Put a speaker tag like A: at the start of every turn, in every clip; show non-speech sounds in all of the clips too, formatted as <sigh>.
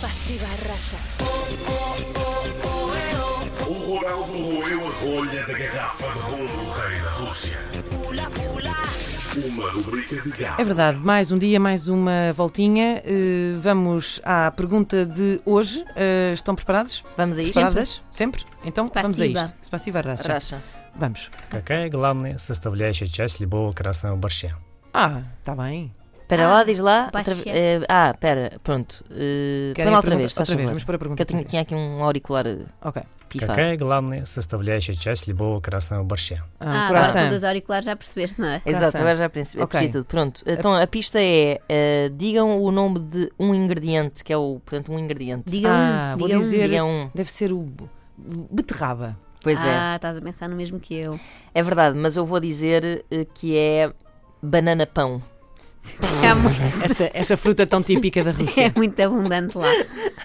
A: Pasiva raya.
B: O Ronaldo roeu a rolha da garrafa de rum do rei da Rússia. Uma rubrica de
C: É
B: gato.
C: verdade, mais um dia, mais uma voltinha. Eh, vamos à pergunta de hoje. Eh, estão preparados?
D: Vamos a isso?
C: Preparadas? Sempre? Então vamos a
D: Спасибо.
C: isto. Спасибо, Раша.
D: Racha.
C: Vamos.
E: Какая главная составляющая часть любого красного борща?
C: Ah, está bem.
D: Espera lá, diz lá. outra
F: baixei.
D: ve- eh, ah, espera, pronto.
C: Querem a
D: Uh, Põe lá outra
C: pergunta-
D: vez,
C: outra
D: estás
C: vez, vamos pôr a pergunta
D: Que eu tinha,
C: outra
D: tinha aqui um auricular eh,
C: Ok.
D: pifado.
E: Какая главная составляющая часть любого красного борща?
C: Ah,
F: Ah, agora
C: coração.
F: com dois auriculares já percebeste, não é?
D: Exato,
C: Coração.
D: agora já percebi,
C: Ok.
D: percebi tudo. Pronto, então a pista é: eh, digam o nome de um ingrediente, que é o, portanto, um ingrediente.
F: Diga
C: Ah,
F: um,
C: vou
F: diga um.
C: dizer.
D: Diga um.
C: Deve ser o b- beterraba.
D: Pois
F: Ah, estás a pensar no mesmo que eu.
D: é, é verdade, mas eu vou dizer eh, que é banana pão.
F: É muito,
C: Essa, essa fruta tão típica da
D: <laughs>
C: Rússia.
F: <laughs> é muito abundante lá.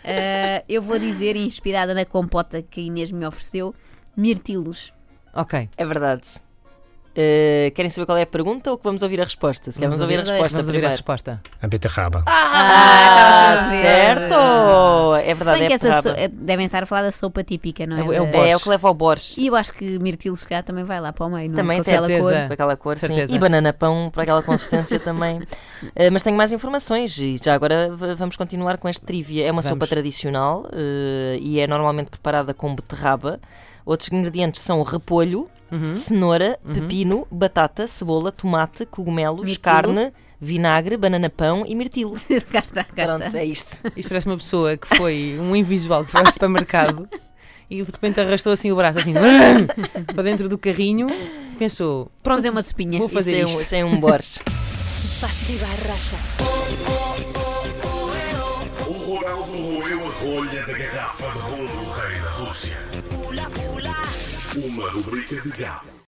F: Ah, eu vou dizer, inspirada na compota que a Inês me ofereceu, mirtilos.
C: Ok.
D: É verdade. Eh, querem saber qual é a pergunta ou que vamos ouvir a resposta? Se calhar vamos, ouvir a resposta
C: Vamos ouvir
D: primeiro.
C: a resposta.
E: А Бетахаба.
D: Ah,
F: estava a ver.
D: certo! É
F: Se
D: verdade,
F: bem
D: é
F: que essa
D: beterraba.
F: so- eh, devem estar a falar da sopa típica, não é?
C: É o- é o
F: Da-
C: borges.
D: É, é o que leva ao Borges.
F: E eu acho que mirtilos cá também vai lá para o meio, não é?
D: Também
F: Com
D: tem
F: aquela
C: certeza.
F: cor.
D: Com aquela cor, sim.
C: Certeza.
D: E banana pão para aquela <laughs> consistência também. Eh, mas tenho mais informações e já agora v- vamos continuar com este trivia. É uma
C: Vamos.
D: sopa tradicional eh, e é normalmente preparada com beterraba. Outros ingredientes são repolho,
C: Uhum.
D: cenoura, pepino, batata, cebola, tomate, cogumelos,
F: Mirtilo.
D: carne, vinagre, banana pão e mirtilo.
F: <laughs> cá está, cá
D: Pronto,
F: está.
D: é isto.
C: Isto parece uma pessoa que foi um invisual que foi ao supermercado e de repente arrastou assim o braço, assim, <laughs> para dentro do carrinho e pensou: pronto,
F: Fazer uma sopinha.
C: vou fazer
D: isso é um,
C: isto.
D: isso é um Borges.
A: Pasiva raya.
B: O Ronaldo roeu a rolha da garrafa de rum do rei da Rússia. Uma rubrica de gato.